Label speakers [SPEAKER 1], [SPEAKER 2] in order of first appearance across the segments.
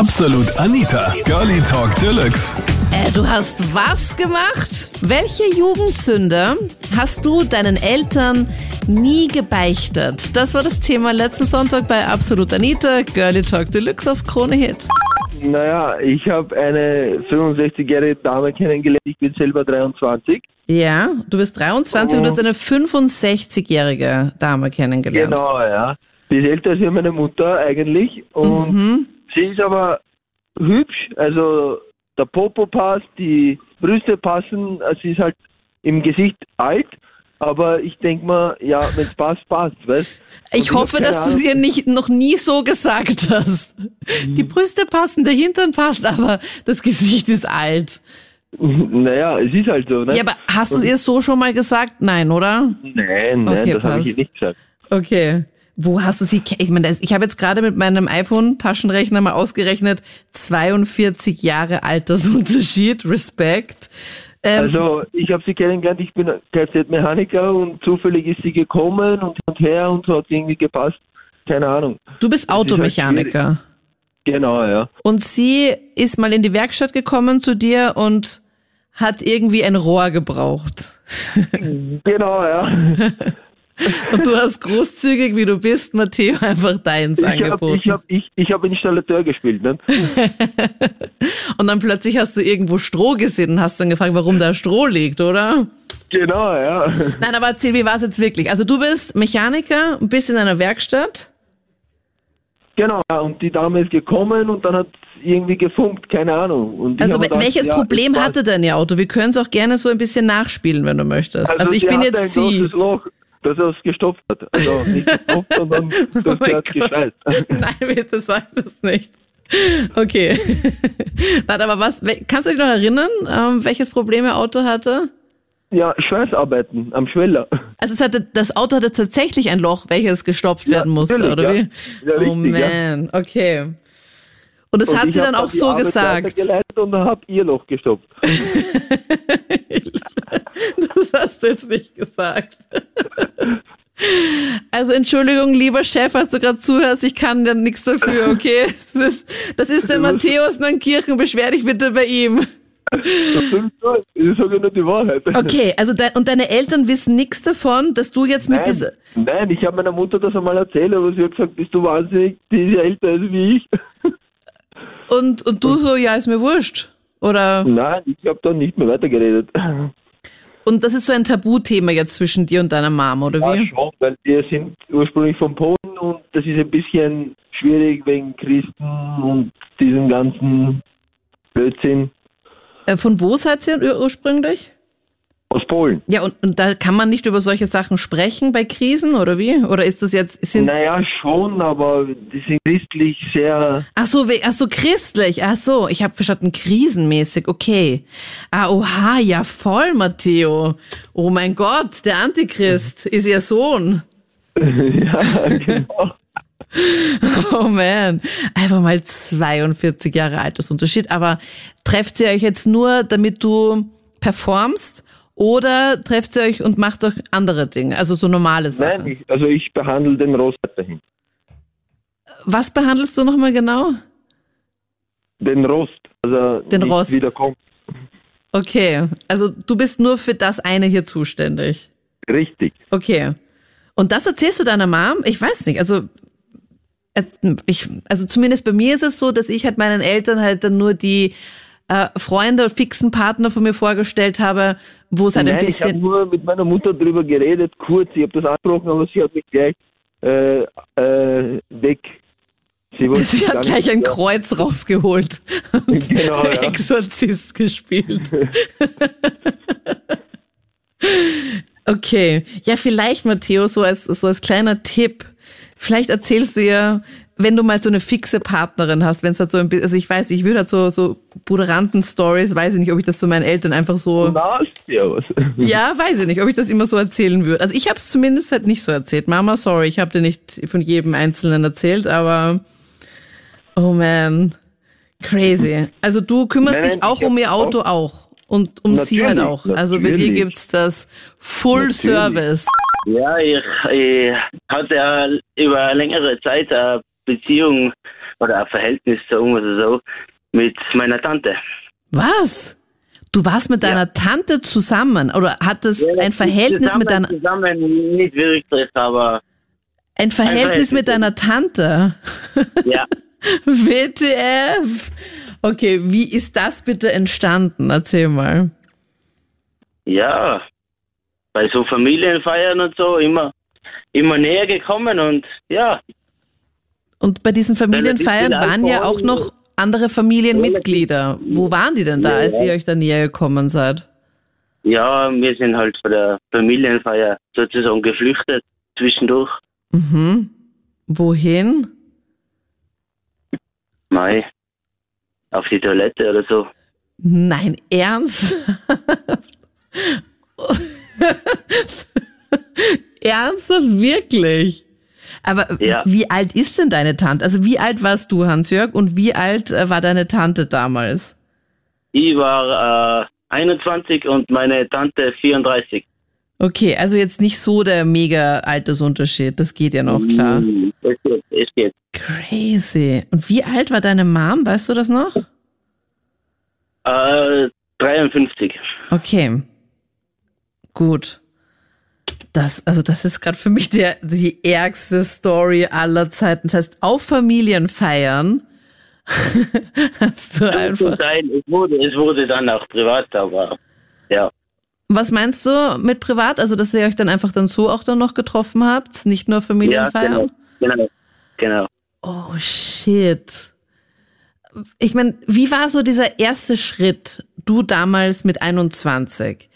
[SPEAKER 1] Absolut Anita, Girlie Talk Deluxe.
[SPEAKER 2] Äh, du hast was gemacht? Welche Jugendsünde hast du deinen Eltern nie gebeichtet? Das war das Thema letzten Sonntag bei Absolut Anita, Girlie Talk Deluxe auf Krone Hit.
[SPEAKER 3] Naja, ich habe eine 65-jährige Dame kennengelernt. Ich bin selber 23.
[SPEAKER 2] Ja, du bist 23 und du hast eine 65-jährige Dame kennengelernt.
[SPEAKER 3] Genau, ja. Die ist älter als meine Mutter eigentlich. Und
[SPEAKER 2] Mhm.
[SPEAKER 3] sie ist aber hübsch. Also der Popo passt, die Brüste passen. Also Sie ist halt im Gesicht alt. Aber ich denk mal, ja, wenn's passt, passt, weißt
[SPEAKER 2] Ich hoffe, dass du dir nicht noch nie so gesagt hast. Die Brüste passen, der Hintern passt, aber das Gesicht ist alt.
[SPEAKER 3] Naja, es ist halt so, ne?
[SPEAKER 2] Ja, aber hast du es ihr so schon mal gesagt? Nein, oder?
[SPEAKER 3] nein, nein,
[SPEAKER 2] Okay,
[SPEAKER 3] das habe ich ihr
[SPEAKER 2] passt.
[SPEAKER 3] nicht gesagt.
[SPEAKER 2] Okay. Wo hast du sie? ke- Ich meine, das- ich habe jetzt gerade mit meinem iPhone-Taschenrechner mal ausgerechnet, 42 Jahre Altersunterschied, Respekt. Ähm,
[SPEAKER 3] Also, ich habe sie kennengelernt, ich bin Kfz-Mechaniker und zufällig ist sie gekommen und hin und her und so hat sie irgendwie gepasst. Keine Ahnung.
[SPEAKER 2] du bist Automechaniker.
[SPEAKER 3] Genau, ja.
[SPEAKER 2] Und sie ist mal in die Werkstatt gekommen zu dir und hat irgendwie ein Rohr gebraucht.
[SPEAKER 3] Genau, ja.
[SPEAKER 2] Und du hast großzügig, wie du bist, Matteo, einfach deins
[SPEAKER 3] Ich habe
[SPEAKER 2] angeboten.
[SPEAKER 3] ich hab, ich, ich hab Installateur gespielt. Ne?
[SPEAKER 2] Und dann plötzlich hast du irgendwo Stroh gesehen und hast dann gefragt, warum da Stroh liegt, oder?
[SPEAKER 3] Genau, ja.
[SPEAKER 2] Nein, aber erzähl, wie war es jetzt wirklich? Also du bist Mechaniker, bist in einer Werkstatt.
[SPEAKER 3] Genau, ja. Und die Dame ist gekommen und dann hat irgendwie gefunkt, keine Ahnung. Und ich
[SPEAKER 2] Also
[SPEAKER 3] hab mir gedacht,
[SPEAKER 2] welches
[SPEAKER 3] ja, halt-
[SPEAKER 2] Problem
[SPEAKER 3] es passt.
[SPEAKER 2] hatte denn ihr Auto? Wir können es auch gerne so ein bisschen nachspielen, wenn du möchtest. Also, ich
[SPEAKER 3] sie
[SPEAKER 2] bin
[SPEAKER 3] hatte
[SPEAKER 2] jetzt
[SPEAKER 3] ein
[SPEAKER 2] sie.
[SPEAKER 3] großes Loch, das er gestopft hat. Also nicht gestopft, sondern das
[SPEAKER 2] Oh mein
[SPEAKER 3] hat
[SPEAKER 2] Gott.
[SPEAKER 3] gescheißt.
[SPEAKER 2] Nein, bitte sag das nicht. Okay. Nein, aber was, wel- kannst du dich noch erinnern, ähm, welches Problem ihr Auto hatte?
[SPEAKER 3] Ja, Schweißarbeiten am Schweller.
[SPEAKER 2] Also es hatte, das Auto hatte tatsächlich ein Loch, welches gestopft werden musste,
[SPEAKER 3] natürlich,
[SPEAKER 2] oder
[SPEAKER 3] ja.
[SPEAKER 2] wie?
[SPEAKER 3] Ja, richtig,
[SPEAKER 2] oh man, okay. Und das
[SPEAKER 3] Und
[SPEAKER 2] hat
[SPEAKER 3] ich
[SPEAKER 2] sie
[SPEAKER 3] hab
[SPEAKER 2] dann auch
[SPEAKER 3] die
[SPEAKER 2] so
[SPEAKER 3] Arbeit
[SPEAKER 2] gesagt.
[SPEAKER 3] weitergeleitet Und habe ihr Loch gestopft.
[SPEAKER 2] Das hast du jetzt nicht gesagt. Also Entschuldigung, lieber Chef, falls du gerade zuhörst, ich kann dann nichts dafür, okay? Das ist, das ist der Matthäus Neunkirchen, beschwer dich bitte bei ihm.
[SPEAKER 3] Stimmt schon. Ich sage nur die Wahrheit.
[SPEAKER 2] Okay, also de und deine Eltern wissen nichts davon, dass du jetzt mit
[SPEAKER 3] Nein,
[SPEAKER 2] dieser...
[SPEAKER 3] nein, ich habe meiner Mutter das einmal erzählt, aber sie hat gesagt, bist du wahnsinnig, die ist ja älter als wie ich.
[SPEAKER 2] Und, und du so, ja, ist mir wurscht. Oder...
[SPEAKER 3] Nein, ich habe da nicht mehr weitergeredet.
[SPEAKER 2] Und das ist so ein Tabuthema jetzt zwischen dir und deiner Mama, oder
[SPEAKER 3] Ja,
[SPEAKER 2] wie?
[SPEAKER 3] schon, weil wir sind ursprünglich von Polen und das ist ein bisschen schwierig wegen Christen und diesem ganzen Blödsinn
[SPEAKER 2] Äh, Von wo seid ihr ur- ursprünglich?
[SPEAKER 3] aus Polen.
[SPEAKER 2] Ja, und, und da kann man nicht über solche Sachen sprechen bei Krisen, oder wie? Oder ist das jetzt, sind,
[SPEAKER 3] Naja, schon, aber die sind christlich sehr.
[SPEAKER 2] ach so, we- ach so, christlich, ach so, ich habe verstanden, krisenmäßig, okay. Ah, oha, ja voll, Matteo. Oh mein Gott, der Antichrist
[SPEAKER 3] Mhm.
[SPEAKER 2] ist ihr Sohn.
[SPEAKER 3] ja, genau.
[SPEAKER 2] Oh man, einfach mal 42 Jahre Altersunterschied. Aber trefft ihr euch jetzt nur, damit du performst? Oder trefft ihr euch und macht euch andere Dinge, also so normale Sachen?
[SPEAKER 3] Nein, ich, also ich behandle den Ross weiterhin.
[SPEAKER 2] Was behandelst du nochmal genau?
[SPEAKER 3] Den Rost, also
[SPEAKER 2] Den
[SPEAKER 3] nicht
[SPEAKER 2] Rost.
[SPEAKER 3] wieder kommt.
[SPEAKER 2] Okay, also du bist nur für das eine hier zuständig.
[SPEAKER 3] Richtig.
[SPEAKER 2] Okay. Und das erzählst du deiner Mom? Ich weiß nicht, also äh, ich, also zumindest bei mir ist es so, dass ich halt meinen Eltern halt dann nur die äh, Freunde, fixen Partner von mir vorgestellt habe, wo es halt ein
[SPEAKER 3] Nein, ich habe
[SPEAKER 2] bisschen
[SPEAKER 3] nur mit meiner Mutter drüber geredet, kurz. Ich habe das angesprochen, aber sie hat mich gleich äh, äh, weg. Sie, wollte
[SPEAKER 2] Sie hat
[SPEAKER 3] gar
[SPEAKER 2] gleich
[SPEAKER 3] nicht-
[SPEAKER 2] ein
[SPEAKER 3] ja.
[SPEAKER 2] Kreuz rausgeholt und
[SPEAKER 3] Genau, ja.
[SPEAKER 2] Exorzist gespielt. okay, ja vielleicht Matteo, so als, so als kleiner Tipp, vielleicht erzählst du ihr, wenn du mal so eine fixe Partnerin hast, wenn es halt so ein bisschen, also ich weiß, ich würde halt so, so Buderanten-Stories, weiß ich nicht, ob ich das zu meinen Eltern einfach so,
[SPEAKER 3] Na, servus.
[SPEAKER 2] ja, weiß ich nicht, ob ich das immer so erzählen würde. Also ich habe es zumindest halt nicht so erzählt. Mama, sorry, ich habe dir nicht von jedem Einzelnen erzählt, aber oh man, crazy. Also du kümmerst
[SPEAKER 3] Nein, nein,
[SPEAKER 2] dich auch
[SPEAKER 3] ich
[SPEAKER 2] um
[SPEAKER 3] hab
[SPEAKER 2] ihr Auto auch und um sie halt
[SPEAKER 3] Natürlich,
[SPEAKER 2] auch. Also bei dir
[SPEAKER 3] natürlich.
[SPEAKER 2] gibt's das Full
[SPEAKER 3] Natürlich.
[SPEAKER 2] Service.
[SPEAKER 4] Ja, ich, ich hatte ja über längere Zeit eine Beziehung oder ein Verhältnis, sagen wir es so, mit meiner Tante.
[SPEAKER 2] Was? Du warst mit deiner Tante zusammen oder hattest ein Verhältnis
[SPEAKER 4] zusammen,
[SPEAKER 2] mit deiner
[SPEAKER 4] Zusammen nicht wirklich, aber
[SPEAKER 2] ein Verhältnis
[SPEAKER 4] Verhältnis.
[SPEAKER 2] mit deiner Tante?
[SPEAKER 4] ja.
[SPEAKER 2] WTF? Okay, wie ist das bitte entstanden? Erzähl mal.
[SPEAKER 4] Ja, bei so Familienfeiern und so immer, immer näher gekommen und ja,
[SPEAKER 2] Und bei diesen Familienfeiern
[SPEAKER 4] Relativ viel
[SPEAKER 2] waren ja auch
[SPEAKER 4] Alkohol.
[SPEAKER 2] noch andere Familienmitglieder. Wo waren die denn da, als ihr euch da näher gekommen seid?
[SPEAKER 4] ja, wir sind halt von der Familienfeier sozusagen geflüchtet zwischendurch.
[SPEAKER 2] Mhm. Wohin?
[SPEAKER 4] Mei, auf die Toilette oder so.
[SPEAKER 2] Nein, ernst? Ernsthaft, wirklich? Aber
[SPEAKER 4] Ja.
[SPEAKER 2] wie alt ist denn deine Tante? Also wie alt warst du, Hans-Jörg, und wie alt äh, war deine Tante damals?
[SPEAKER 4] Ich war äh, 21 und meine Tante 34.
[SPEAKER 2] Okay, also jetzt nicht so der mega Altersunterschied, das geht ja noch, klar.
[SPEAKER 4] Mm, Es geht, es geht.
[SPEAKER 2] Crazy. Und wie alt war deine Mom, weißt du das noch?
[SPEAKER 4] Äh, 53.
[SPEAKER 2] Okay. Gut. Das, also das ist gerade für mich der, die ärgste Story aller Zeiten. Das heißt, auf Familienfeiern hast du
[SPEAKER 4] Zum
[SPEAKER 2] einfach.
[SPEAKER 4] Teil, es wurde, es wurde dann auch privat, aber ja.
[SPEAKER 2] Was meinst du mit privat? Also, dass ihr euch dann einfach dann so auch dann noch getroffen habt, nicht nur
[SPEAKER 4] Ja,
[SPEAKER 2] Familienfeiern?
[SPEAKER 4] genau, genau, genau.
[SPEAKER 2] Oh shit. Ich meine, wie war so dieser erste Schritt, du damals mit 21?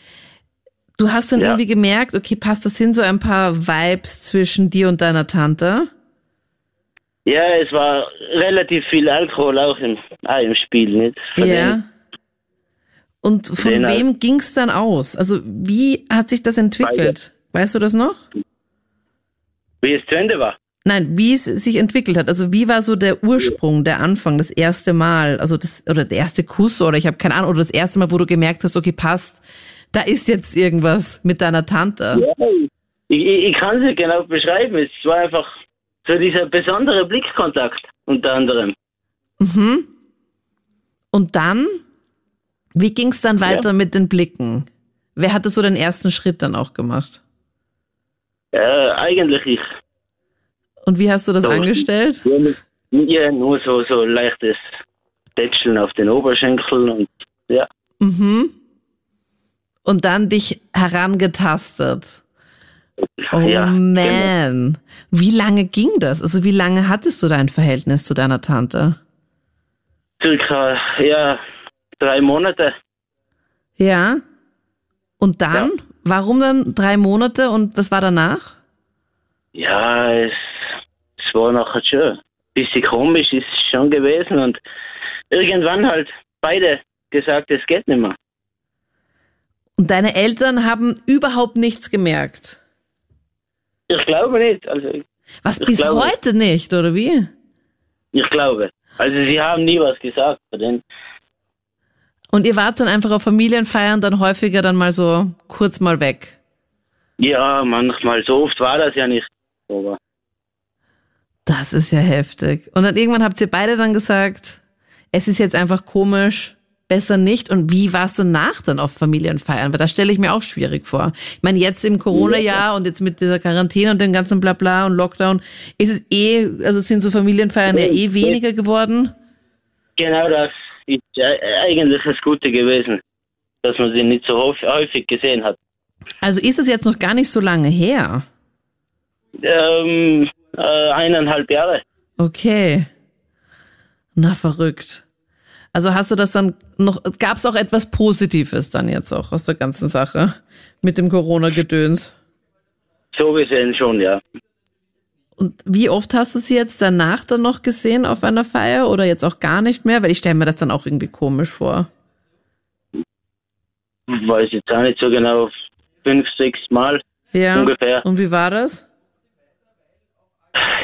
[SPEAKER 2] Du hast dann
[SPEAKER 4] Ja.
[SPEAKER 2] irgendwie gemerkt, okay, passt das hin, so ein paar Vibes zwischen dir und deiner Tante?
[SPEAKER 4] Ja, es war relativ viel Alkohol auch im, ah, im Spiel, nicht? Von
[SPEAKER 2] ja. Und von
[SPEAKER 4] den-
[SPEAKER 2] wem ging's dann aus? Also wie hat sich das entwickelt? Weißt du das noch?
[SPEAKER 4] dem, wie es zu Ende war.
[SPEAKER 2] Nein, wie es sich entwickelt hat. Also wie war so der Ursprung, der Anfang, das erste Mal, also das oder der erste Kuss oder ich habe keine Ahnung oder das erste Mal, wo du gemerkt hast, okay, passt, da ist jetzt irgendwas mit deiner Tante.
[SPEAKER 4] Ja, ich, ich, ich kann es nicht genau beschreiben. Es war einfach so dieser besondere Blickkontakt unter anderem.
[SPEAKER 2] Mhm. Und dann, wie ging es dann weiter mit den Blicken? Wer hatte so den ersten Schritt dann auch gemacht?
[SPEAKER 4] Äh, eigentlich ich.
[SPEAKER 2] Und wie hast du das
[SPEAKER 4] Doch.
[SPEAKER 2] angestellt?
[SPEAKER 4] Ja, mit mir nur so, so leichtes Tätscheln auf den Oberschenkeln und ja,
[SPEAKER 2] Mhm. Und dann dich herangetastet. Oh
[SPEAKER 4] ja, genau.
[SPEAKER 2] man. Wie lange ging das? Also wie lange hattest du dein Verhältnis zu deiner Tante?
[SPEAKER 4] circa ja, drei Monate.
[SPEAKER 2] Ja. Und dann? Warum dann drei Monate und was war danach?
[SPEAKER 4] Ja, es, es war nachher schon ein bisschen komisch, ist es schon gewesen und irgendwann halt beide gesagt, es geht nicht mehr.
[SPEAKER 2] Und deine Eltern haben überhaupt nichts gemerkt.
[SPEAKER 4] Ich glaube nicht, also
[SPEAKER 2] Was
[SPEAKER 4] Ich
[SPEAKER 2] bis
[SPEAKER 4] glaube-
[SPEAKER 2] heute nicht, oder wie?
[SPEAKER 4] ich glaube. Also sie haben nie was gesagt von denen.
[SPEAKER 2] Und ihr wart dann einfach auf Familienfeiern dann häufiger dann mal so kurz mal weg.
[SPEAKER 4] Ja, manchmal, so oft war das ja nicht. Aber
[SPEAKER 2] Das ist ja heftig. Und dann irgendwann habt ihr beide dann gesagt, es ist jetzt einfach komisch, besser nicht. Und wie war es danach dann auf Familienfeiern? Weil das stelle ich mir auch schwierig vor. Ich meine, jetzt im Corona-Jahr und jetzt mit dieser Quarantäne und dem ganzen Blabla und Lockdown ist es eh, also sind so Familienfeiern ja eh weniger geworden.
[SPEAKER 4] genau das ist äh, eigentlich das Gute gewesen, dass man sie nicht so häuf- häufig gesehen hat.
[SPEAKER 2] Also ist es jetzt noch gar nicht so lange her.
[SPEAKER 4] Ähm, äh, eineinhalb Jahre.
[SPEAKER 2] Okay. Na, verrückt. Also hast du das dann noch, gab es auch etwas Positives dann jetzt auch aus der ganzen Sache mit dem Corona-Gedöns?
[SPEAKER 4] So gesehen schon, ja.
[SPEAKER 2] Und wie oft hast du sie jetzt danach dann noch gesehen auf einer Feier oder jetzt auch gar nicht mehr? Weil ich stelle mir das dann auch irgendwie komisch vor.
[SPEAKER 5] Mhm.
[SPEAKER 4] Weiß jetzt auch nicht so genau, fünf, sechs Mal.
[SPEAKER 2] Ja.
[SPEAKER 4] Ungefähr.
[SPEAKER 2] Und wie war das?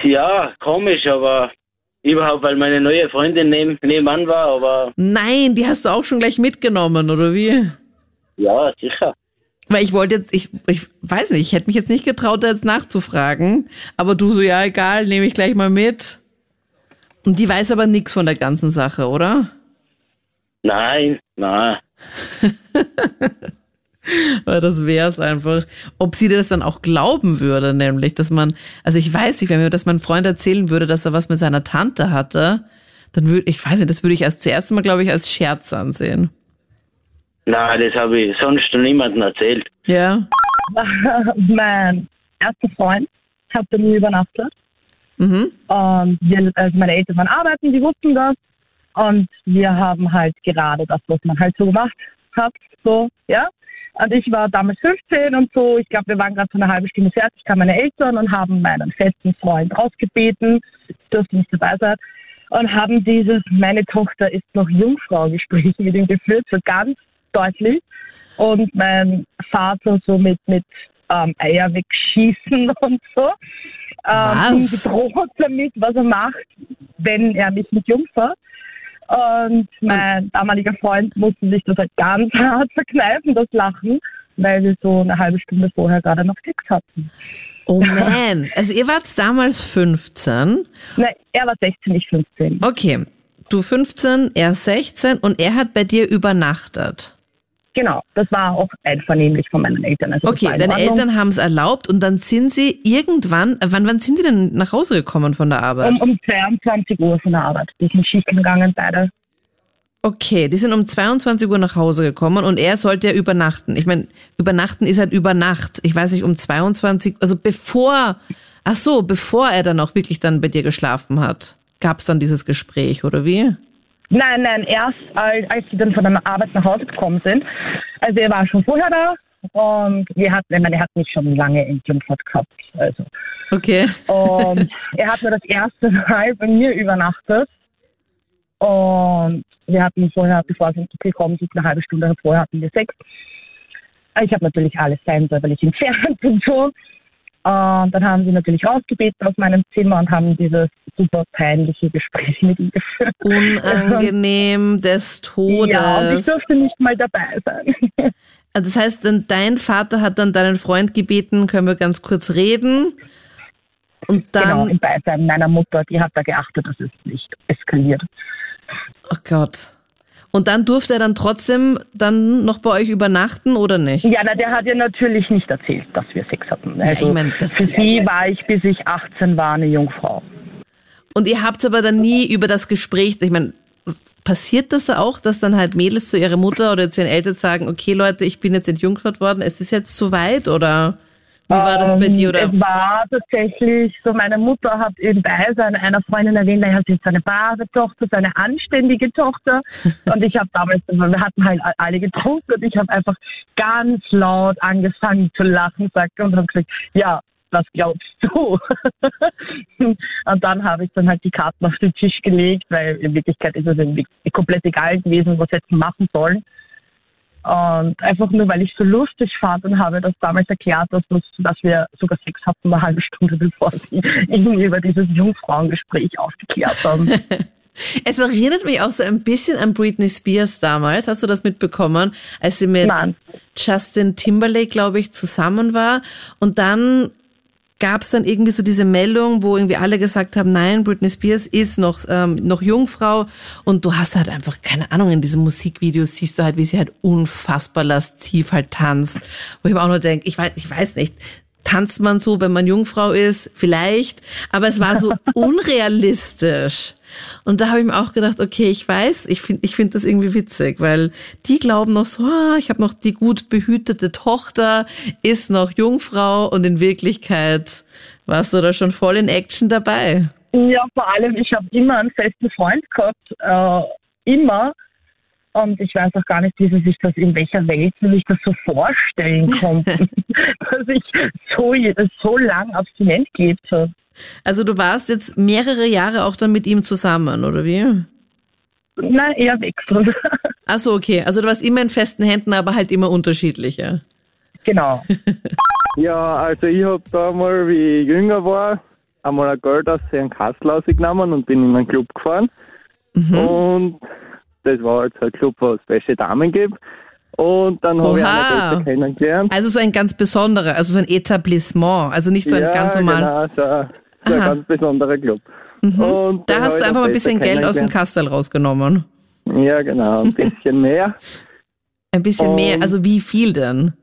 [SPEAKER 4] Ja, komisch, aber überhaupt, weil meine neue Freundin neben, nebenan war, aber
[SPEAKER 2] Nein, die hast du auch schon gleich mitgenommen, oder wie?
[SPEAKER 4] ja, sicher.
[SPEAKER 2] Weil ich wollte jetzt, ich, ich weiß nicht, ich hätte mich jetzt nicht getraut, da jetzt nachzufragen. Aber du so, ja, egal, nehme ich gleich mal mit. Und die weiß aber nichts von der ganzen Sache, oder?
[SPEAKER 4] Nein, nein.
[SPEAKER 2] Weil das wäre es einfach. Ob sie dir das dann auch glauben würde, nämlich, dass man, also ich weiß nicht, wenn mir das mein Freund erzählen würde, dass er was mit seiner Tante hatte, dann würde, ich weiß nicht, das würde ich als zuerst mal, glaube ich, als Scherz ansehen.
[SPEAKER 4] Nein, das habe ich sonst noch niemandem erzählt.
[SPEAKER 2] Ja.
[SPEAKER 6] mein erster Freund hat bei mir übernachtet.
[SPEAKER 2] Mhm.
[SPEAKER 6] Und wir, also meine Eltern waren arbeiten, die wussten das. Und wir haben halt gerade das, was man halt so gemacht hat, so, ja. Und ich war damals 15 und so. Ich glaube, wir waren gerade so eine halbe Stunde fertig, kamen meine Eltern und haben meinen festen Freund ausgebeten, durfte nicht dabei sein. Und haben dieses, meine Tochter ist noch Jungfrau, Gespräch mit ihm geführt, so ganz deutlich. Und mein Vater so mit, mit ähm, Eier wegschießen und so ähm, ihm
[SPEAKER 2] Was?
[SPEAKER 6] gedroht damit, was er macht, wenn er mich nicht jungfert. Und mein damaliger Freund musste sich das halt ganz hart verkneifen, das Lachen, weil wir so eine halbe Stunde vorher gerade noch Sex hatten.
[SPEAKER 2] Oh man. Also ihr wart damals 15.
[SPEAKER 6] Nein, Ne, er war 16, ich 15.
[SPEAKER 2] Okay. Du 15, er 16 und er hat bei dir übernachtet.
[SPEAKER 6] Genau, das war auch einvernehmlich von meinen Eltern. Also das
[SPEAKER 2] Okay,
[SPEAKER 6] war in
[SPEAKER 2] deine
[SPEAKER 6] Ordnung.
[SPEAKER 2] Eltern haben es erlaubt und dann sind sie irgendwann, äh, wann, wann sind die denn nach Hause gekommen von der Arbeit?
[SPEAKER 6] Um, um 22 Uhr von der Arbeit. Die sind Schichten gegangen, beide.
[SPEAKER 2] Okay, die sind um 22 Uhr nach Hause gekommen und er sollte ja übernachten. Ich meine, übernachten ist halt über Nacht. Ich weiß nicht, um 22, also bevor, ach so, bevor er dann auch wirklich dann bei dir geschlafen hat, gab es dann dieses Gespräch oder wie?
[SPEAKER 6] Nein, nein, erst als, als sie dann von der Arbeit nach Hause gekommen sind. Also er war schon vorher da und wir hatten, ich meine, er hat mich schon lange in Jungfahrt gehabt. Also.
[SPEAKER 2] Okay.
[SPEAKER 6] Und er hat nur das erste Mal bei mir übernachtet. Und wir hatten vorher, bevor wir gekommen sind, eine halbe Stunde vorher hatten wir Sex. Ich habe natürlich alles feinsäuberlich entfernt und so. Und dann haben sie natürlich rausgebeten aus meinem Zimmer und haben dieses super peinliche Gespräch mit ihm geführt.
[SPEAKER 2] Unangenehm des Todes.
[SPEAKER 6] Ja, und ich durfte nicht mal dabei sein.
[SPEAKER 2] Also Das heißt, dann dein Vater hat dann deinen Freund gebeten, können wir ganz kurz reden. Und
[SPEAKER 6] genau,
[SPEAKER 2] dann,
[SPEAKER 6] im Beisein meiner Mutter, die hat da geachtet, dass es nicht eskaliert.
[SPEAKER 2] oh Gott. Und dann durfte er dann trotzdem dann noch bei euch übernachten oder nicht?
[SPEAKER 6] Ja, na, der hat ihr natürlich nicht erzählt, dass wir Sex hatten. Also,
[SPEAKER 2] ich mein, das
[SPEAKER 6] für
[SPEAKER 2] ist-
[SPEAKER 6] sie war ich, bis ich 18 war, eine Jungfrau.
[SPEAKER 2] Und ihr habt aber dann nie über das Gespräch, ich meine, passiert das auch, dass dann halt Mädels zu ihrer Mutter oder zu ihren Eltern sagen, okay Leute, ich bin jetzt entjungfert worden, es ist jetzt zu weit oder wie war das bei
[SPEAKER 6] Ähm,
[SPEAKER 2] dir? Oder?
[SPEAKER 6] Es war tatsächlich so, meine Mutter hat im Beisein einer Freundin erwähnt, er hat jetzt eine brave Tochter, seine anständige Tochter. und ich habe damals, wir hatten halt alle getrunken und ich habe einfach ganz laut angefangen zu lachen sagt, und habe gesagt, ja, was glaubst du? und dann habe ich dann halt die Karten auf den Tisch gelegt, weil in Wirklichkeit ist es irgendwie komplett egal gewesen, was hätten machen sollen. Und einfach nur, weil ich so lustig fand und habe das damals erklärt, dass, das, dass wir sogar Sex hatten, eine halbe Stunde bevor sie irgendwie über dieses Jungfrauengespräch aufgeklärt haben.
[SPEAKER 2] Es erinnert mich auch so ein bisschen an Britney Spears damals. Hast du das mitbekommen, als sie mit
[SPEAKER 6] Nein.
[SPEAKER 2] Justin Timberlake, glaube ich, zusammen war? Und dann gab es dann irgendwie so diese Meldung, wo irgendwie alle gesagt haben, nein, Britney Spears ist noch, ähm, noch Jungfrau. Und du hast halt einfach, keine Ahnung, in diesem Musikvideo siehst du halt, wie sie halt unfassbar lasziv halt tanzt. Wo ich mir auch nur denke, ich weiß, ich weiß nicht, tanzt man so, wenn man Jungfrau ist? Vielleicht. Aber es war so unrealistisch. Und da habe ich mir auch gedacht, okay, ich weiß, ich finde ich find das irgendwie witzig, weil die glauben noch so, ah, ich habe noch die gut behütete Tochter, ist noch Jungfrau und in Wirklichkeit warst du da schon voll in Action dabei.
[SPEAKER 6] ja, vor allem, ich habe immer einen festen Freund gehabt, äh, immer. Und ich weiß auch gar nicht, wie sie sich das, in welcher Welt sie sich das so vorstellen konnten, dass ich so, je- so lang abstinent gelebt habe.
[SPEAKER 2] Also du warst jetzt mehrere Jahre auch dann mit ihm zusammen, oder wie?
[SPEAKER 6] Nein, eher wechselnd.
[SPEAKER 2] Ach so, okay. Also du warst immer in festen Händen, aber halt immer unterschiedlicher.
[SPEAKER 6] genau.
[SPEAKER 3] Ja, also ich hab da mal, wie ich jünger war, einmal ein Geld aus einem Kassel rausgenommen und bin in einen Club gefahren.
[SPEAKER 2] Mhm.
[SPEAKER 3] Und das war jetzt ein Club, wo es welche Damen gibt. Und dann habe ich
[SPEAKER 2] Oha.
[SPEAKER 3] eine Tochter kennengelernt.
[SPEAKER 2] Also so ein ganz besonderer, also so ein Etablissement, also nicht so ein ganz normal.
[SPEAKER 3] Genau, so, so ein
[SPEAKER 2] Aha. Mhm.
[SPEAKER 3] ganz besonderer Club. Und
[SPEAKER 2] Da
[SPEAKER 3] dann
[SPEAKER 2] hast
[SPEAKER 3] hab
[SPEAKER 2] du
[SPEAKER 3] ich
[SPEAKER 2] einfach
[SPEAKER 3] noch
[SPEAKER 2] mal ein
[SPEAKER 3] besser
[SPEAKER 2] bisschen Geld aus dem
[SPEAKER 3] kennengelernt.
[SPEAKER 2] Kastel rausgenommen.
[SPEAKER 3] Ja, genau, ein bisschen mehr.
[SPEAKER 2] Ein bisschen mehr,
[SPEAKER 3] Ähm,
[SPEAKER 2] also wie viel denn?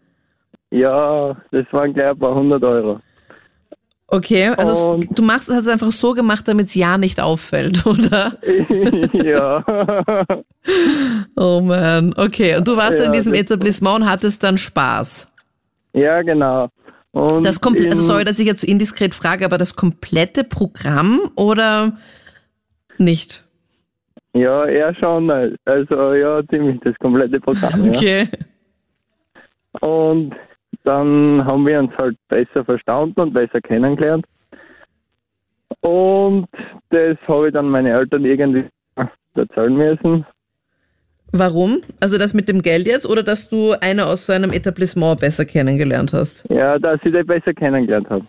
[SPEAKER 3] Ja, das waren gleich ein paar hundert Euro.
[SPEAKER 2] Okay, also s-
[SPEAKER 3] und-
[SPEAKER 2] du machst, hast es einfach so gemacht, damit es ja nicht auffällt, oder?
[SPEAKER 3] ja.
[SPEAKER 2] Oh man, okay. Und du warst
[SPEAKER 3] Ja,
[SPEAKER 2] in diesem
[SPEAKER 3] das-
[SPEAKER 2] Etablissement und hattest dann Spaß.
[SPEAKER 3] ja, genau. Und
[SPEAKER 2] Das komple- also
[SPEAKER 3] in-
[SPEAKER 2] sorry, dass ich jetzt so indiskret frage, aber das komplette Programm oder nicht?
[SPEAKER 3] Ja, er schon. Also ja, ziemlich das komplette Programm. Ja.
[SPEAKER 2] Okay.
[SPEAKER 3] Und dann haben wir uns halt besser verstanden und besser kennengelernt. Und das habe ich dann meine Eltern irgendwie erzählen müssen.
[SPEAKER 2] Warum? Also das mit dem Geld jetzt oder dass du eine aus so einem Etablissement besser kennengelernt hast?
[SPEAKER 3] Ja, dass ich das besser kennengelernt habe.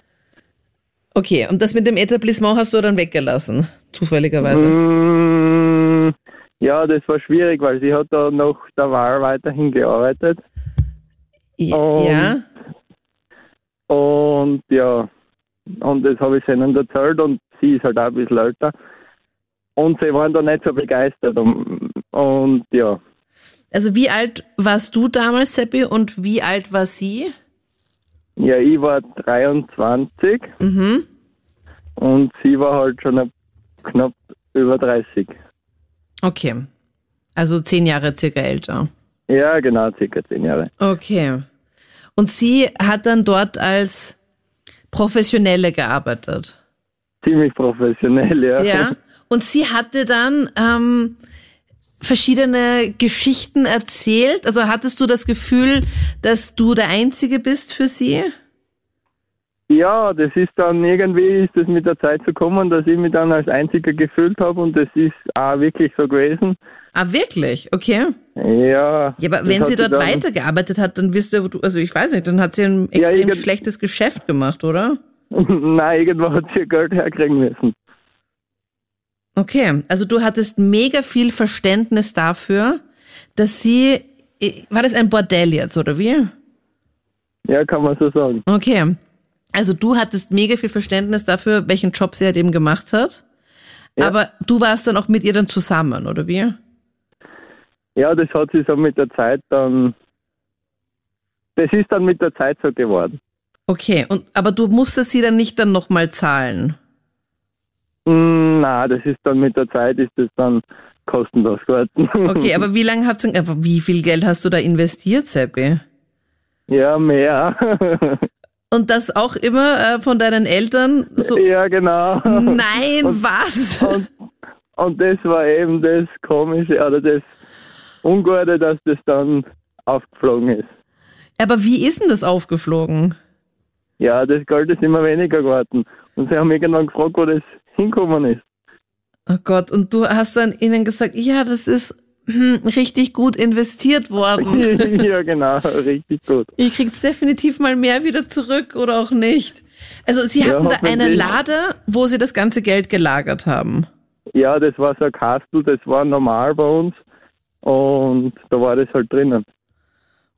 [SPEAKER 2] Okay, und das mit dem Etablissement hast du dann weggelassen, zufälligerweise.
[SPEAKER 3] Mm, ja, das war schwierig, weil sie hat da nach der Wahl weiterhin gearbeitet.
[SPEAKER 2] Ja.
[SPEAKER 3] um
[SPEAKER 2] ja.
[SPEAKER 3] Und ja, und das habe ich ihnen erzählt und sie ist halt auch ein bisschen älter. Und sie waren da nicht so begeistert. Und, und ja,
[SPEAKER 2] Also wie alt warst du damals, Seppi, und wie alt war sie?
[SPEAKER 3] ja, ich war 23
[SPEAKER 2] Mhm.
[SPEAKER 3] und sie war halt schon ab- knapp über 30.
[SPEAKER 2] Okay. Also zehn Jahre circa älter.
[SPEAKER 3] Ja, genau, circa 10 Jahre.
[SPEAKER 2] Okay. Und sie hat dann dort als Professionelle gearbeitet.
[SPEAKER 3] Ziemlich professionell, ja.
[SPEAKER 2] Ja. Und sie hatte dann ähm, verschiedene Geschichten erzählt. Also hattest du das Gefühl, dass du der Einzige bist für sie?
[SPEAKER 3] Ja, das ist dann irgendwie ist das mit der Zeit so gekommen, dass ich mich dann als Einziger gefühlt habe und das ist auch wirklich so gewesen.
[SPEAKER 2] Ah, wirklich? Okay.
[SPEAKER 3] Ja.
[SPEAKER 2] Ja, aber
[SPEAKER 3] das
[SPEAKER 2] wenn
[SPEAKER 3] hat
[SPEAKER 2] sie dort
[SPEAKER 3] dann-
[SPEAKER 2] weitergearbeitet hat, dann wirst du, ja- also ich weiß nicht, dann hat sie ein
[SPEAKER 3] Ja,
[SPEAKER 2] extrem
[SPEAKER 3] irgend-
[SPEAKER 2] schlechtes Geschäft gemacht, oder?
[SPEAKER 3] Nein, irgendwo hat sie ihr Geld herkriegen müssen.
[SPEAKER 2] Okay, also du hattest mega viel Verständnis dafür, dass sie, war das ein Bordell jetzt, oder wie?
[SPEAKER 3] Ja, kann man so sagen.
[SPEAKER 2] Okay. Also du hattest mega viel Verständnis dafür, welchen Job sie halt eben gemacht hat.
[SPEAKER 3] Ja.
[SPEAKER 2] Aber du warst dann auch mit ihr dann zusammen, oder wie?
[SPEAKER 3] Ja, das hat sie so mit der Zeit dann. Das ist dann mit der Zeit so geworden.
[SPEAKER 2] Okay, und aber du musstest sie dann nicht dann nochmal zahlen.
[SPEAKER 3] Hm, Na, das ist dann mit der Zeit ist das dann kostenlos geworden.
[SPEAKER 2] Okay, aber wie lange hat's denn, aber äh, wie viel Geld hast du da investiert, Seppi?
[SPEAKER 3] ja, mehr.
[SPEAKER 2] Und das auch immer äh, von deinen Eltern so.
[SPEAKER 3] ja, genau.
[SPEAKER 2] Nein, was?
[SPEAKER 3] Und, und das war eben das Komische oder das Ungute, dass das dann aufgeflogen ist.
[SPEAKER 2] Aber wie ist denn das aufgeflogen?
[SPEAKER 3] Ja, das Geld ist immer weniger geworden. Und sie haben irgendwann gefragt, wo das hinkommen ist.
[SPEAKER 2] Oh Gott, und du hast dann ihnen gesagt, ja, das ist hm, richtig gut investiert worden.
[SPEAKER 3] ja, genau, richtig gut.
[SPEAKER 2] Ihr kriegt definitiv mal mehr wieder zurück oder auch nicht. Also sie
[SPEAKER 3] Ja,
[SPEAKER 2] hatten da eine
[SPEAKER 3] hoffentlich.
[SPEAKER 2] Lade, wo sie das ganze Geld gelagert haben.
[SPEAKER 3] Ja, das war so ein Kastel, das war normal bei uns. Und da war das halt drinnen.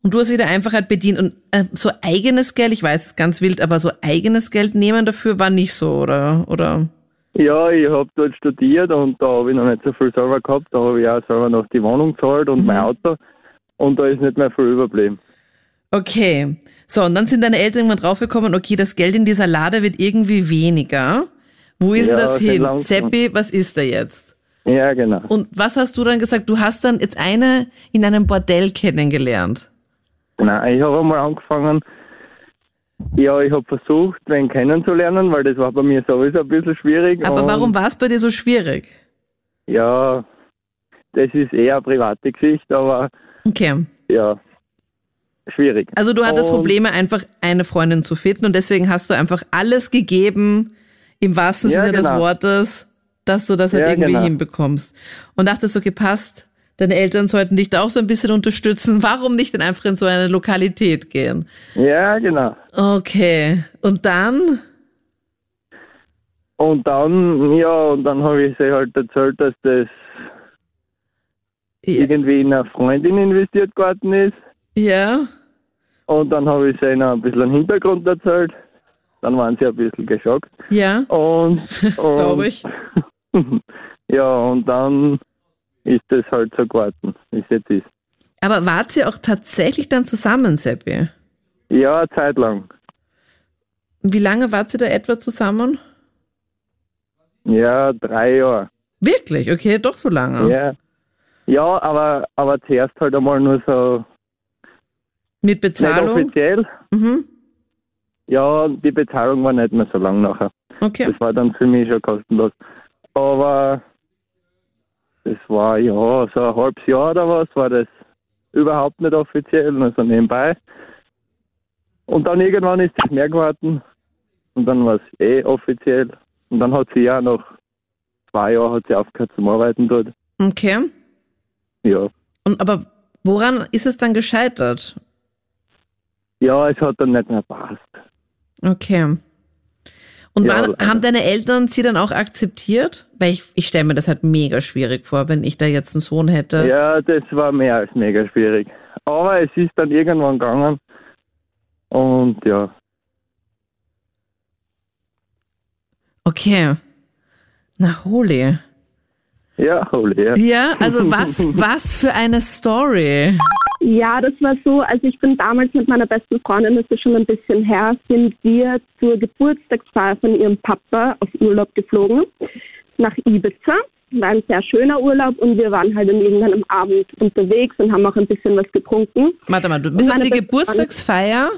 [SPEAKER 2] Und du hast sie der Einfachheit bedient. Und äh, so eigenes Geld, ich weiß, es ist ganz wild, aber so eigenes Geld nehmen dafür war nicht so, oder? Oder?
[SPEAKER 3] Ja, ich habe dort studiert und da habe ich noch nicht so viel selber gehabt. Da habe ich auch selber noch die Wohnung gezahlt und
[SPEAKER 2] Mhm.
[SPEAKER 3] mein Auto. Und da ist nicht mehr viel überblieben.
[SPEAKER 2] Okay. So, und dann sind deine Eltern irgendwann draufgekommen, okay, das Geld in dieser Lade wird irgendwie weniger. Wo ist
[SPEAKER 3] Ja,
[SPEAKER 2] denn das
[SPEAKER 3] sehr
[SPEAKER 2] hin?
[SPEAKER 3] langsam.
[SPEAKER 2] Seppi, was ist da jetzt?
[SPEAKER 3] Ja, genau.
[SPEAKER 2] Und was hast du dann gesagt? Du hast dann jetzt eine in einem Bordell kennengelernt.
[SPEAKER 3] Nein, ich habe einmal angefangen, ja, ich habe versucht, wen kennenzulernen, weil das war bei mir sowieso ein bisschen schwierig.
[SPEAKER 2] Aber
[SPEAKER 3] und
[SPEAKER 2] warum war es bei dir so schwierig?
[SPEAKER 3] Ja, das ist eher eine private Geschichte, aber
[SPEAKER 2] Okay.
[SPEAKER 3] ja, schwierig.
[SPEAKER 2] Also du hattest
[SPEAKER 3] Und-
[SPEAKER 2] Probleme, einfach eine Freundin zu finden und deswegen hast du einfach alles gegeben, im wahrsten
[SPEAKER 3] Ja,
[SPEAKER 2] Sinne des
[SPEAKER 3] genau.
[SPEAKER 2] Wortes, dass du das halt
[SPEAKER 3] Ja,
[SPEAKER 2] irgendwie
[SPEAKER 3] genau.
[SPEAKER 2] hinbekommst. Und dachtest so, gepasst, deine Eltern sollten dich da auch so ein bisschen unterstützen. Warum nicht denn einfach in so eine Lokalität gehen?
[SPEAKER 3] Ja, genau.
[SPEAKER 2] Okay. Und dann?
[SPEAKER 3] Und dann, ja, und dann habe ich sie halt erzählt, dass das
[SPEAKER 2] Ja.
[SPEAKER 3] irgendwie in eine Freundin investiert geworden ist.
[SPEAKER 2] ja.
[SPEAKER 3] Und dann habe ich sie ihnen ein bisschen einen Hintergrund erzählt. Dann waren sie ein bisschen geschockt.
[SPEAKER 2] Ja.
[SPEAKER 3] Und,
[SPEAKER 2] Das glaube ich.
[SPEAKER 7] ja, und dann ist es halt so geworden, wie es jetzt ist.
[SPEAKER 2] Aber wart ihr auch tatsächlich dann zusammen, Seppi?
[SPEAKER 7] Ja, eine Zeit lang.
[SPEAKER 2] Wie lange wart ihr da etwa zusammen?
[SPEAKER 7] Ja, drei Jahre.
[SPEAKER 2] Wirklich? Okay, doch so lange.
[SPEAKER 7] Ja. Ja, aber, aber zuerst halt einmal nur so
[SPEAKER 2] Mit
[SPEAKER 7] nicht
[SPEAKER 2] Bezahlung?
[SPEAKER 7] offiziell.
[SPEAKER 2] Mhm.
[SPEAKER 7] Ja, die Bezahlung war nicht mehr so lang nachher.
[SPEAKER 2] Okay.
[SPEAKER 7] Das war dann für mich schon kostenlos. Aber das war ja so ein halbes Jahr oder was, war das überhaupt nicht offiziell, nur so nebenbei. Und dann irgendwann ist es mehr geworden und dann war es eh offiziell. Und dann hat sie ja noch zwei Jahre hat sie aufgehört zum Arbeiten dort.
[SPEAKER 2] Okay.
[SPEAKER 7] Ja.
[SPEAKER 2] Und aber woran ist es dann gescheitert?
[SPEAKER 7] Ja, es hat dann nicht mehr passt.
[SPEAKER 2] Okay. Und
[SPEAKER 7] Ja, also-
[SPEAKER 2] waren,
[SPEAKER 7] leider.
[SPEAKER 2] haben deine Eltern sie dann auch akzeptiert? Weil ich, ich stelle mir das halt mega schwierig vor, wenn ich da jetzt einen Sohn hätte.
[SPEAKER 7] Ja, das war mehr als mega schwierig. Aber es ist dann irgendwann gegangen. Und ja,
[SPEAKER 2] Okay. Na, Holi.
[SPEAKER 7] ja, holy, ja.
[SPEAKER 2] Ja, also was, was für eine Story.
[SPEAKER 8] Ja, das war so. Also ich bin damals mit meiner besten Freundin, das ist schon ein bisschen her, sind wir zur Geburtstagsfeier von ihrem Papa auf Urlaub geflogen nach Ibiza. War ein sehr schöner Urlaub und wir waren halt an irgendeinem Abend unterwegs und haben auch ein bisschen was getrunken.
[SPEAKER 2] Warte mal, du bist auf
[SPEAKER 8] Meine
[SPEAKER 2] die
[SPEAKER 8] beste
[SPEAKER 2] Geburtstagsfeier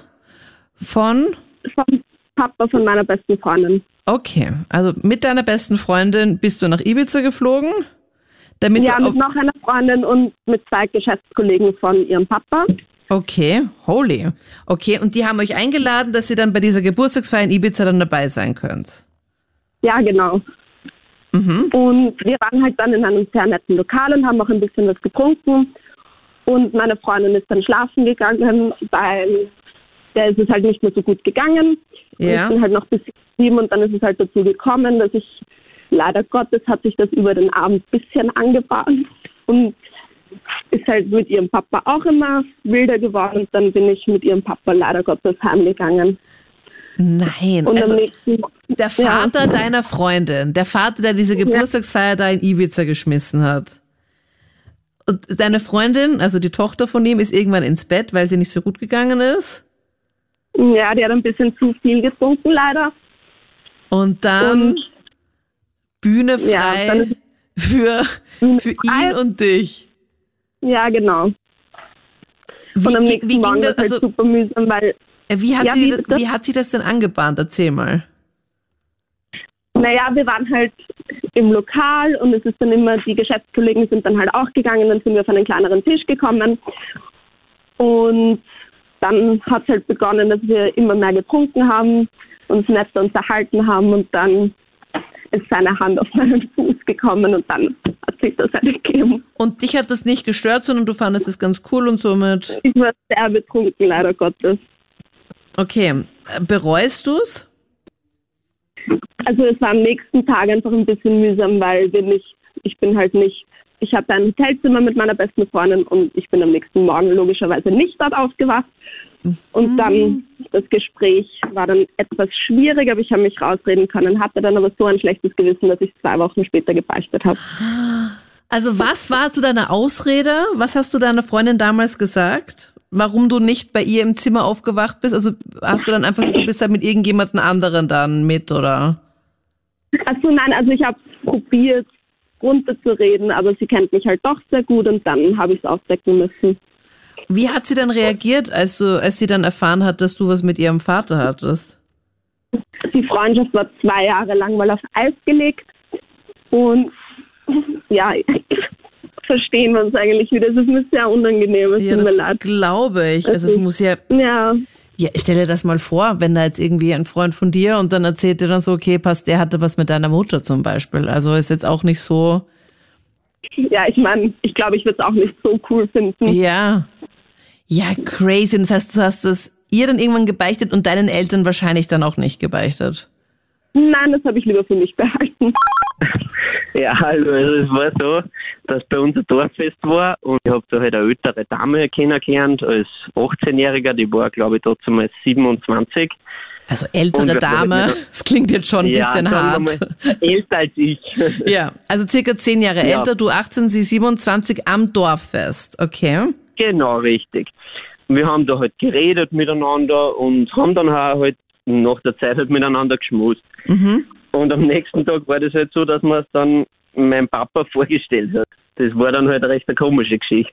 [SPEAKER 2] von.
[SPEAKER 8] Vom Papa von meiner besten Freundin.
[SPEAKER 2] Okay, also mit deiner besten Freundin bist du nach Ibiza geflogen, damit
[SPEAKER 8] ja,
[SPEAKER 2] du
[SPEAKER 8] mit
[SPEAKER 2] auf,
[SPEAKER 8] noch einer Freundin und mit zwei Geschäftskollegen von ihrem Papa.
[SPEAKER 2] Okay, holy. Okay, und die haben euch eingeladen, dass ihr dann bei dieser Geburtstagsfeier in Ibiza dann dabei sein könnt.
[SPEAKER 8] Ja, genau.
[SPEAKER 2] Mhm.
[SPEAKER 8] Und wir waren halt dann in einem sehr netten Lokal und haben auch ein bisschen was getrunken. Und meine Freundin ist dann schlafen gegangen, weil der ist es halt nicht mehr so gut gegangen.
[SPEAKER 2] Ja.
[SPEAKER 8] Und ich bin halt noch bis sieben und dann ist es halt dazu gekommen, dass ich, leider Gottes, hat sich das über den Abend ein bisschen angebahnt und ist halt mit ihrem Papa auch immer wilder geworden. Und dann bin ich mit ihrem Papa leider Gottes heimgegangen.
[SPEAKER 2] Nein,
[SPEAKER 8] Und
[SPEAKER 2] also
[SPEAKER 8] am nächsten
[SPEAKER 2] der Vater deiner Freundin, der Vater, der diese Geburtstagsfeier da in Ibiza geschmissen hat. Und deine Freundin, also die Tochter von ihm, ist irgendwann ins Bett, weil sie nicht so gut gegangen ist.
[SPEAKER 8] Ja, die hat ein bisschen zu viel getrunken, leider.
[SPEAKER 2] Und dann
[SPEAKER 8] Und-
[SPEAKER 2] Bühne
[SPEAKER 8] Ja,
[SPEAKER 2] frei
[SPEAKER 8] dann-
[SPEAKER 2] für, für ihn
[SPEAKER 8] frei.
[SPEAKER 2] und dich.
[SPEAKER 8] Ja, genau.
[SPEAKER 2] Wie,
[SPEAKER 8] Und am
[SPEAKER 2] wie,
[SPEAKER 8] nächsten
[SPEAKER 2] wie ging
[SPEAKER 8] Morgen
[SPEAKER 2] das?
[SPEAKER 8] war es
[SPEAKER 2] Also, äh,
[SPEAKER 8] halt super mühsam, weil,
[SPEAKER 2] wie, hat
[SPEAKER 8] Ja,
[SPEAKER 2] sie,
[SPEAKER 8] wie bitte?
[SPEAKER 2] wie hat sie das denn angebahnt? Erzähl mal.
[SPEAKER 8] naja, wir waren halt im Lokal und es ist dann immer, die Geschäftskollegen sind dann halt auch gegangen, dann sind wir auf einen kleineren Tisch gekommen. Und dann hat es halt begonnen, dass wir immer mehr getrunken haben, uns netter unterhalten haben und dann ist seine Hand auf meinen Fuß gekommen und dann hat sich das halt ergeben.
[SPEAKER 2] Und dich hat das nicht gestört, sondern du fandest es ganz cool und somit.
[SPEAKER 8] Ich war sehr betrunken, leider Gottes.
[SPEAKER 2] Okay, äh, bereust du's?
[SPEAKER 8] Also es war am nächsten Tag einfach ein bisschen mühsam, weil wir nicht, ich bin halt nicht, ich habe ein Hotelzimmer mit meiner besten Freundin und ich bin am nächsten Morgen logischerweise nicht dort aufgewacht. Und dann das Gespräch war dann etwas schwierig, aber ich habe mich rausreden können, hatte dann aber so ein schlechtes Gewissen, dass ich zwei Wochen später gebeichtet habe.
[SPEAKER 2] Also, was war zu deiner Ausrede? Was hast du deiner Freundin damals gesagt? Warum du nicht bei ihr im Zimmer aufgewacht bist? Also, hast du dann einfach, du bist halt mit irgendjemandem anderen dann mit, oder?
[SPEAKER 8] Also nein, also ich habe probiert runterzureden, aber sie kennt mich halt doch sehr gut und dann habe ich es aufdecken müssen.
[SPEAKER 2] Wie hat sie dann reagiert, als du, als sie dann erfahren hat, dass du was mit ihrem Vater hattest?
[SPEAKER 8] die Freundschaft war zwei Jahre lang mal auf Eis gelegt. Und ja, verstehen wir uns eigentlich wieder. Es ist mir sehr unangenehm, es
[SPEAKER 2] Ja,
[SPEAKER 8] tut mir
[SPEAKER 2] das
[SPEAKER 8] leid.
[SPEAKER 2] glaube ich. Also, es
[SPEAKER 8] Okay.
[SPEAKER 2] muss ja
[SPEAKER 8] Ja,
[SPEAKER 2] Ja, stell dir das mal vor, wenn da jetzt irgendwie ein Freund von dir und dann erzählt dir dann so, okay, passt, der hatte was mit deiner Mutter zum Beispiel. Also ist jetzt auch nicht so,
[SPEAKER 8] ja, ich meine, ich glaube, ich würde es auch nicht so cool finden.
[SPEAKER 2] ja. Ja, crazy. Und das heißt, du hast es ihr dann irgendwann gebeichtet und deinen Eltern wahrscheinlich dann auch nicht gebeichtet.
[SPEAKER 8] Nein, das habe ich lieber für mich behalten.
[SPEAKER 9] Ja, also es war so, dass bei uns ein Dorffest war und ich habe da halt eine ältere Dame kennengelernt als 18-Jähriger, die war glaube ich dazu mal 27
[SPEAKER 2] Also ältere
[SPEAKER 3] Und was
[SPEAKER 2] Dame,
[SPEAKER 3] soll ich
[SPEAKER 2] das klingt jetzt schon ein
[SPEAKER 3] Ja,
[SPEAKER 2] bisschen
[SPEAKER 3] sagen wir
[SPEAKER 2] hart.
[SPEAKER 3] mal, älter als ich.
[SPEAKER 2] Ja, also circa zehn Jahre
[SPEAKER 3] Ja.
[SPEAKER 2] älter, du 18, sie 27 am Dorffest. Okay.
[SPEAKER 3] Genau, richtig. Wir haben da halt geredet miteinander und haben dann auch halt nach der Zeit halt miteinander geschmust. Und am nächsten Tag war das halt so, dass man es dann meinem Papa vorgestellt hat. Das war dann halt recht eine komische Geschichte.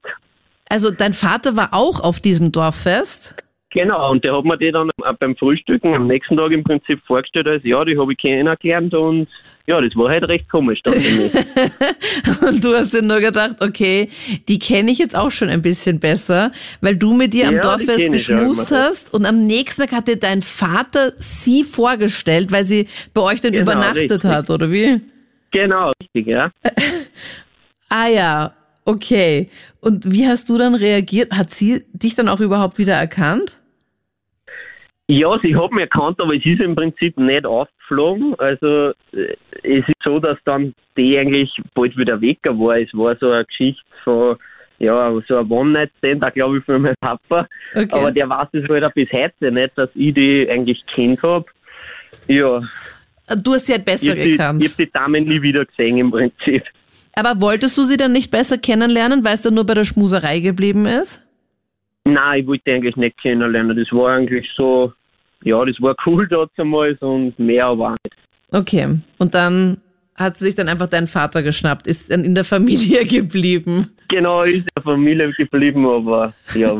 [SPEAKER 2] Also dein Vater war auch auf diesem Dorffest.
[SPEAKER 3] Genau, und der hat mir die dann auch beim Frühstücken am nächsten Tag im Prinzip vorgestellt als, ja, die habe ich kennengelernt und ja, das war halt recht komisch dann für mich.
[SPEAKER 2] Und du hast dir nur gedacht, okay, die kenne ich jetzt auch schon ein bisschen besser, weil du mit ihr am
[SPEAKER 3] Ja, die
[SPEAKER 2] Dorffest
[SPEAKER 3] kenn ich ja
[SPEAKER 2] geschmust
[SPEAKER 3] immer.
[SPEAKER 2] hast und am nächsten Tag hat dir dein Vater sie vorgestellt, weil sie bei euch dann
[SPEAKER 3] Genau,
[SPEAKER 2] übernachtet
[SPEAKER 3] richtig.
[SPEAKER 2] hat, oder wie?
[SPEAKER 3] genau, richtig, ja.
[SPEAKER 2] Ah ja, okay. Und wie hast du dann reagiert? Hat sie dich dann auch überhaupt wieder erkannt?
[SPEAKER 3] Ja, sie hat mich erkannt, aber es ist im Prinzip nicht aufgeflogen. Also äh, es ist so, dass dann die eigentlich bald wieder weg war. Es war so eine Geschichte von, ja, so ein One-Night-Stand, auch glaube ich für meinen Papa.
[SPEAKER 2] Okay.
[SPEAKER 3] Aber der weiß es halt auch bis heute nicht, dass ich die eigentlich kennt habe. Ja,
[SPEAKER 2] du hast sie halt
[SPEAKER 3] ich
[SPEAKER 2] besser
[SPEAKER 3] habe die, ich
[SPEAKER 2] gekannt.
[SPEAKER 3] hab die Damen nie wieder gesehen im Prinzip.
[SPEAKER 2] Aber wolltest du sie dann nicht besser kennenlernen, weil es dann nur bei der Schmuserei geblieben ist?
[SPEAKER 3] Nein, ich wollte die eigentlich nicht kennenlernen. Das war eigentlich so, ja, das war cool damals und mehr aber auch nicht.
[SPEAKER 2] Okay. Und dann hat sie sich dann einfach deinen Vater geschnappt, ist dann in der Familie geblieben.
[SPEAKER 3] Genau, ist in der Familie geblieben, aber ja.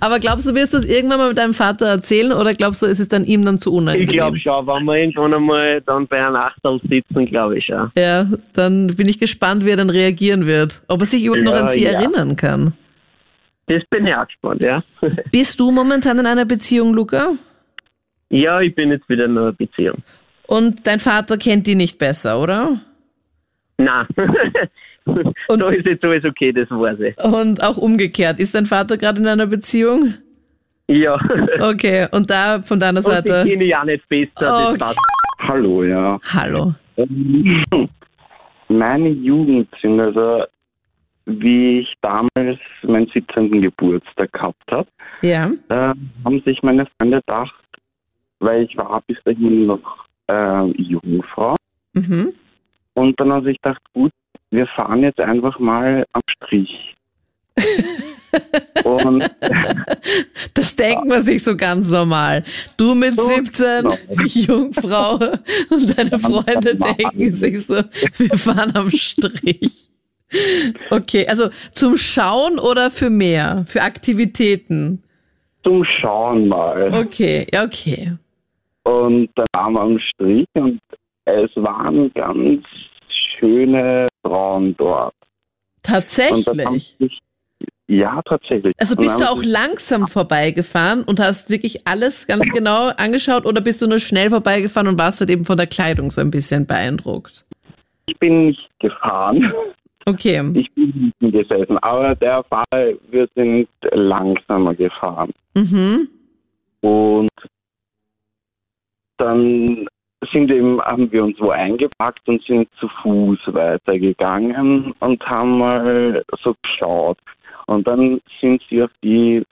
[SPEAKER 2] Aber glaubst du, wirst du das irgendwann mal mit deinem Vater erzählen oder glaubst du, ist es dann ihm dann zu unangenehm?
[SPEAKER 3] Ich glaube schon, wenn wir irgendwann einmal dann bei einem Achtel sitzen, glaube ich schon.
[SPEAKER 2] Ja, dann bin ich gespannt, wie er dann reagieren wird. Ob er sich überhaupt noch
[SPEAKER 3] Ja,
[SPEAKER 2] an sie
[SPEAKER 3] ja.
[SPEAKER 2] erinnern kann.
[SPEAKER 3] Das bin ich auch gespannt, ja.
[SPEAKER 2] Bist du momentan in einer Beziehung, Luca?
[SPEAKER 3] ja, ich bin jetzt wieder in einer Beziehung.
[SPEAKER 2] Und dein Vater kennt die nicht besser, oder?
[SPEAKER 3] Nein.
[SPEAKER 2] Und-
[SPEAKER 3] Und da ist jetzt alles okay, das weiß ich.
[SPEAKER 2] Und auch umgekehrt. Ist dein Vater gerade in einer Beziehung?
[SPEAKER 3] Ja.
[SPEAKER 2] Okay, und da von deiner
[SPEAKER 3] Und die
[SPEAKER 2] Seite.
[SPEAKER 3] kenne ich auch nicht besser,
[SPEAKER 2] Okay.
[SPEAKER 3] das passt.
[SPEAKER 5] Hallo, ja.
[SPEAKER 2] Hallo.
[SPEAKER 5] Meine Jugendsinn, also wie ich damals meinen 17. Geburtstag gehabt habe,
[SPEAKER 2] Ja.
[SPEAKER 5] äh, haben sich meine Freunde gedacht, weil ich war bis dahin noch äh, Jungfrau.
[SPEAKER 2] Mhm.
[SPEAKER 5] Und dann haben sie sich gedacht, gut, wir fahren jetzt einfach mal am Strich. Und
[SPEAKER 2] Das denkt man sich so ganz normal. Du mit 17,
[SPEAKER 5] genau.
[SPEAKER 2] Jungfrau und deine Freunde denken sich so, wir fahren am Strich. Okay, also zum Schauen oder für mehr? Für Aktivitäten?
[SPEAKER 5] zum Schauen mal.
[SPEAKER 2] Okay, ja, okay.
[SPEAKER 5] Und dann waren wir am Strich und es waren ganz schöne Frauen dort. Und dann haben
[SPEAKER 2] Tatsächlich.
[SPEAKER 5] sich- Ja, tatsächlich.
[SPEAKER 2] Also
[SPEAKER 5] Und
[SPEAKER 2] bist du
[SPEAKER 5] dann
[SPEAKER 2] auch langsam vorbeigefahren und hast wirklich alles ganz genau angeschaut oder bist du nur schnell vorbeigefahren und warst halt eben von der Kleidung so ein bisschen beeindruckt?
[SPEAKER 5] Ich bin nicht gefahren.
[SPEAKER 2] Okay.
[SPEAKER 5] Ich bin hinten gesessen. Aber der Fahrer, wir sind langsamer gefahren.
[SPEAKER 2] Mhm.
[SPEAKER 5] Und dann sind eben, haben wir uns wo eingepackt und sind zu Fuß weitergegangen und haben mal so geschaut. Und dann sind sie auf die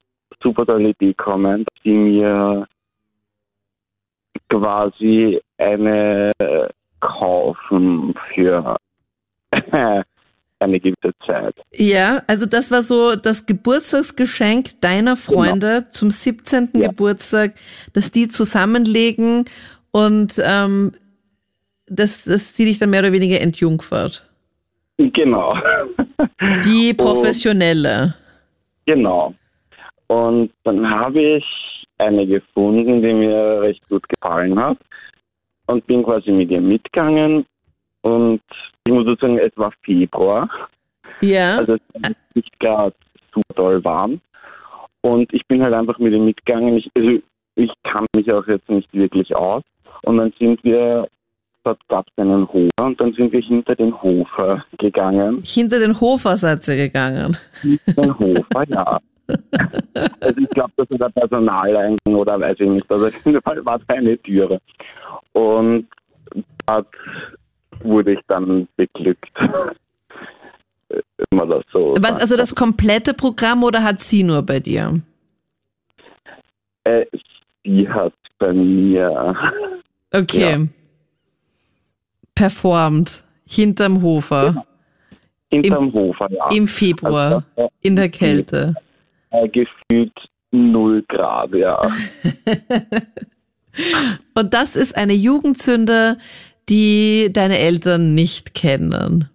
[SPEAKER 5] super tolle Idee gekommen, dass sie mir quasi eine äh, kaufen für eine gewisse Zeit.
[SPEAKER 2] Ja, also das war so das Geburtstagsgeschenk deiner Freunde zum 17.
[SPEAKER 5] Genau. Ja.
[SPEAKER 2] Geburtstag, dass die zusammenlegen und ähm, dass, dass sie dich dann mehr oder weniger entjungfert.
[SPEAKER 5] Genau.
[SPEAKER 2] Die
[SPEAKER 5] Oh.
[SPEAKER 2] professionelle.
[SPEAKER 5] Genau. Und dann habe ich eine gefunden, die mir recht gut gefallen hat und bin quasi mit ihr mitgegangen. Und ich muss dazu sagen, es war Februar,
[SPEAKER 2] Ja.
[SPEAKER 5] also es war nicht gerade super toll warm. Und ich bin halt einfach mit ihr mitgegangen. Ich, also ich kann mich auch jetzt nicht wirklich aus. Und dann sind wir, dort gab es einen Hof und dann sind wir hinter den Hofer gegangen.
[SPEAKER 2] Hinter den Hofer seid ihr gegangen.
[SPEAKER 5] Den Hofer, ja. Also ich glaube, das ist der Personaleingang oder weiß ich nicht. Also auf jeden Fall war da eine Türe. Und dort wurde ich dann beglückt. Äh, Wenn man das so
[SPEAKER 2] Was,
[SPEAKER 5] sagt.
[SPEAKER 2] also das komplette Programm oder hat sie nur bei dir?
[SPEAKER 5] äh, die hat bei mir
[SPEAKER 2] Okay. Performt. Hinterm Hofer.
[SPEAKER 5] hinterm Hofer, ja.
[SPEAKER 2] Im Februar.
[SPEAKER 5] Also,
[SPEAKER 2] In der Kälte.
[SPEAKER 5] äh, gefühlt null Grad, ja.
[SPEAKER 2] Ah. Und das ist eine Jugendsünde, die deine Eltern nicht kennen.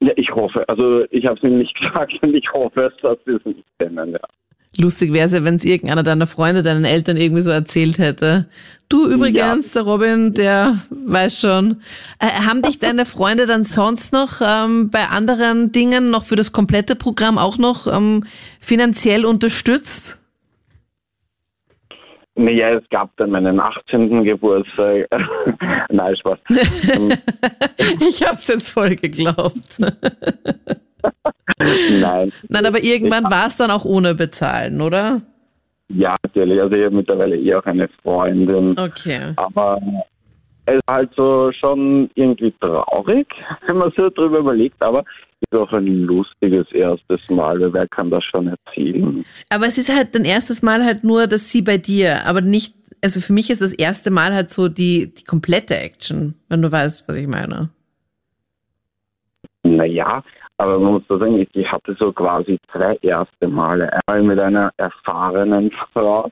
[SPEAKER 5] ja ich hoffe, also ich habe es ihm nicht gesagt und ich hoffe, dass wir es nicht kennen, ja.
[SPEAKER 2] Lustig wäre es ja, wenn es irgendeiner deiner Freunde deinen Eltern irgendwie so erzählt hätte. Du übrigens, der Robin, der weiß schon. Äh, haben dich deine Freunde dann sonst noch ähm, bei anderen Dingen noch für das komplette Programm auch noch ähm, finanziell unterstützt?
[SPEAKER 5] Naja, es gab dann meinen 18. Geburtstag. Nein, Spaß.
[SPEAKER 2] Ich hab's jetzt voll geglaubt.
[SPEAKER 5] Nein.
[SPEAKER 2] Nein, aber irgendwann war es dann auch ohne bezahlen, oder?
[SPEAKER 5] Ja, natürlich. Also ich habe mittlerweile eh auch eine Freundin.
[SPEAKER 2] Okay.
[SPEAKER 5] Aber es war halt so schon irgendwie traurig, wenn man so drüber überlegt. Aber ist auch ein lustiges erstes Mal. weil Wer kann das schon erzählen?
[SPEAKER 2] Aber es ist halt dein erstes Mal halt nur, dass sie bei dir, aber nicht, also für mich ist das erste Mal halt so die, die komplette Action, wenn du weißt, was ich meine.
[SPEAKER 5] Naja, aber man muss so sagen, ich ich hatte so quasi drei erste Male. Einmal mit einer erfahrenen Frau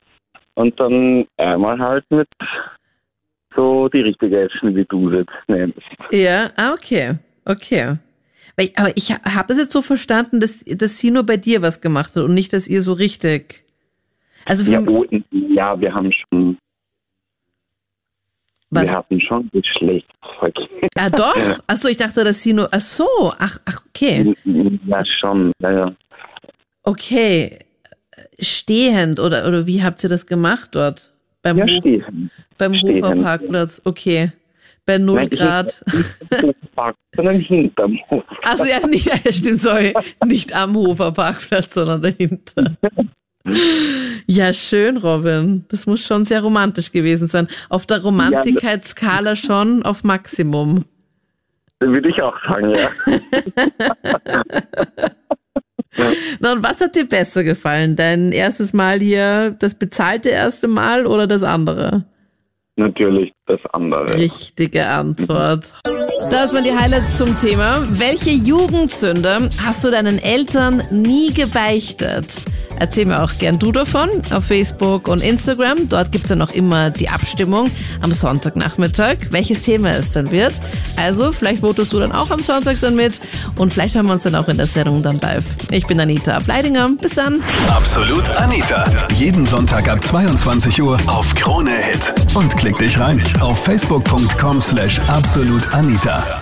[SPEAKER 5] und dann einmal halt mit so die richtige Action, wie du es jetzt nennst.
[SPEAKER 2] Ja, ah, okay, okay. Weil- Aber ich habe es jetzt so verstanden, dass, dass sie nur bei dir was gemacht hat und nicht, dass ihr so richtig. Also für
[SPEAKER 5] Ja,
[SPEAKER 2] mich-
[SPEAKER 5] oh, ja, wir haben schon,
[SPEAKER 2] was?
[SPEAKER 5] wir hatten schon Geschlechtsverkehr.
[SPEAKER 2] Ah, doch? Ach so, ich dachte, dass sie nur. Ach so, ach, ach
[SPEAKER 5] Mhm.
[SPEAKER 2] okay.
[SPEAKER 5] Ja, schon, ja, ja.
[SPEAKER 2] Okay. Stehend oder, oder wie habt ihr das gemacht dort? Beim
[SPEAKER 5] Ja,
[SPEAKER 2] Hof-
[SPEAKER 5] stehen.
[SPEAKER 2] Beim
[SPEAKER 5] Stehen.
[SPEAKER 2] Hoferparkplatz, okay. Bei 0
[SPEAKER 5] Nein, also ich-
[SPEAKER 2] Grad.
[SPEAKER 5] Park, sondern hinterm Hof.
[SPEAKER 2] Also ja, nicht, ja, stimmt, sorry. Nicht am Hoferparkplatz, sondern dahinter. Ja, schön, Robin. Das muss schon sehr romantisch gewesen sein. Auf der Romantigkeitsskala schon auf Maximum.
[SPEAKER 5] Würde ich auch sagen, ja.
[SPEAKER 2] Na, und was hat dir besser gefallen? Dein erstes Mal hier, das bezahlte erste Mal oder das andere?
[SPEAKER 5] Natürlich das andere.
[SPEAKER 2] Richtige Antwort. Das waren die Highlights zum Thema. Welche Jugendsünde hast du deinen Eltern nie gebeichtet? Erzähl mir auch gern du davon auf Facebook und Instagram. Dort gibt's ja noch immer die Abstimmung am Sonntagnachmittag, welches Thema es dann wird. Also vielleicht votest du dann auch am Sonntag dann mit und vielleicht hören wir uns dann auch in der Sendung dann live. Ich bin Anita Ableidinger. Bis dann.
[SPEAKER 1] Absolut Anita. Jeden Sonntag ab 22 Uhr auf Krone Hit. Und klick dich rein auf facebook.com/slash absolutanita.